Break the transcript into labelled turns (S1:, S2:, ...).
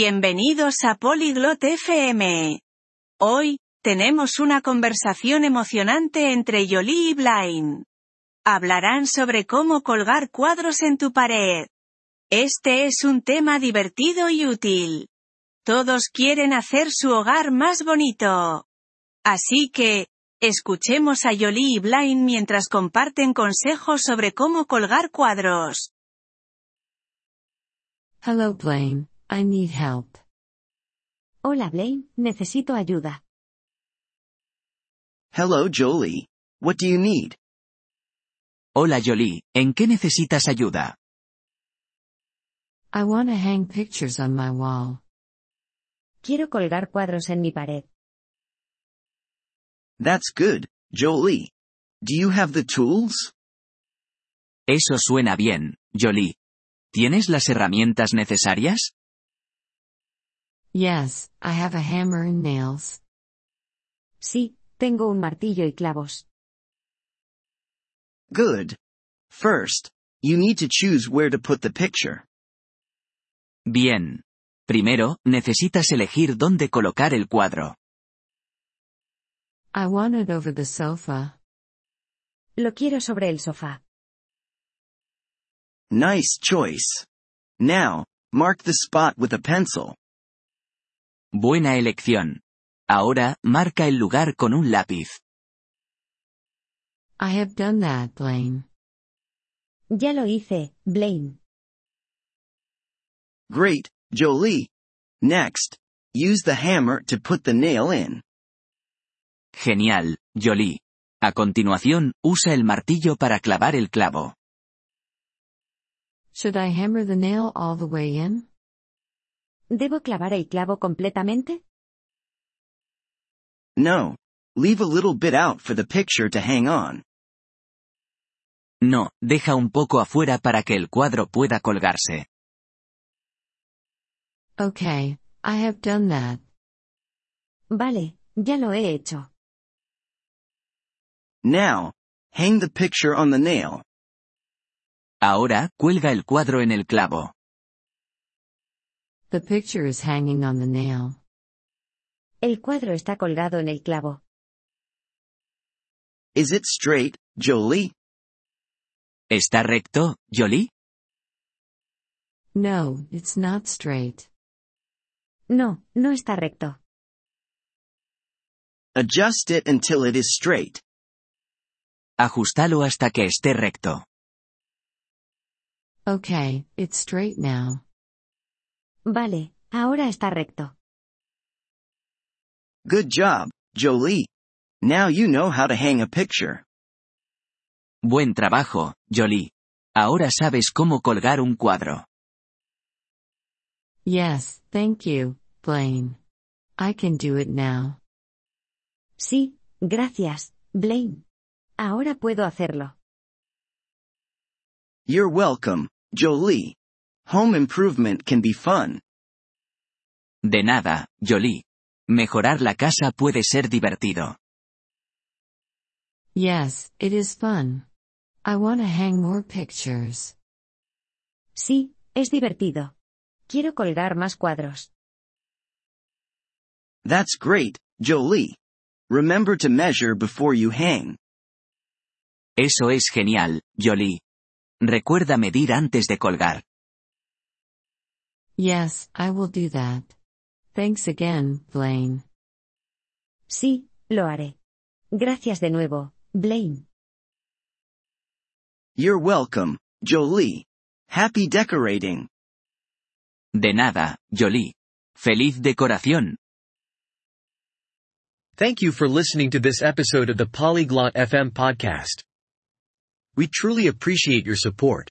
S1: Bienvenidos a Polyglot FM. Hoy, tenemos una conversación emocionante entre Jolie y Blaine. Hablarán sobre cómo colgar cuadros en tu pared. Este es un tema divertido y útil. Todos quieren hacer su hogar más bonito. Así que, escuchemos a Jolie y Blaine mientras comparten consejos sobre cómo colgar cuadros.
S2: Hello, Blaine. I need help.
S3: Hola Blaine, necesito ayuda.
S4: Hello, Jolie. What do you need?
S5: Hola Jolie, ¿en qué necesitas ayuda?
S2: I want to hang pictures on my wall.
S3: Quiero colgar cuadros en mi pared.
S4: That's good, Jolie. Do you have the tools?
S5: Eso suena bien, Jolie. ¿Tienes las herramientas necesarias?
S2: Yes, I have a hammer and nails.
S3: Sí, tengo un martillo y clavos.
S4: Good. First, you need to choose where to put the picture.
S5: Bien. Primero, necesitas elegir dónde colocar el cuadro.
S2: I want it over the sofa.
S3: Lo quiero sobre el sofá.
S4: Nice choice. Now, mark the spot with a pencil.
S5: Buena elección. Ahora, marca el lugar con un lápiz.
S2: I have done that, Blaine.
S3: Ya lo hice, Blaine.
S4: Great, Jolie. Next, use the hammer to put the nail in.
S5: Genial, Jolie. A continuación, usa el martillo para clavar el clavo.
S2: Should I hammer the nail all the way in?
S3: ¿Debo clavar el clavo completamente?
S4: No. Leave a little bit out for the picture to hang on.
S5: No, deja un poco afuera para que el cuadro pueda colgarse.
S2: Okay, I have done that.
S3: Vale, ya lo he hecho.
S4: Now, hang the picture on the nail.
S5: Ahora, cuelga el cuadro en el clavo.
S2: The picture is hanging on the nail.
S3: El cuadro está colgado en el clavo.
S4: Is it straight, Jolie?
S5: ¿Está recto, Jolie?
S2: No, it's not straight.
S3: No, no está recto.
S4: Adjust it until it is straight.
S5: Ajustalo hasta que esté recto.
S2: Okay, it's straight now.
S3: Vale, ahora está recto.
S4: Good job, Jolie. Now you know how to hang a picture.
S5: Buen trabajo, Jolie. Ahora sabes cómo colgar un cuadro.
S2: Yes, thank you, Blaine. I can do it now.
S3: Sí, gracias, Blaine. Ahora puedo hacerlo.
S4: You're welcome, Jolie. Home improvement can be fun.
S5: De nada, Jolie. Mejorar la casa puede ser divertido.
S2: Yes, it is fun. I want to hang more pictures.
S3: Sí, es divertido. Quiero colgar más cuadros.
S4: That's great, Jolie. Remember to measure before you hang.
S5: Eso es genial, Jolie. Recuerda medir antes de colgar.
S2: Yes, I will do that. Thanks again, Blaine.
S3: Sí, lo haré. Gracias de nuevo, Blaine.
S4: You're welcome, Jolie. Happy decorating.
S5: De nada, Jolie. Feliz decoración.
S6: Thank you for listening to this episode of the Polyglot FM podcast. We truly appreciate your support.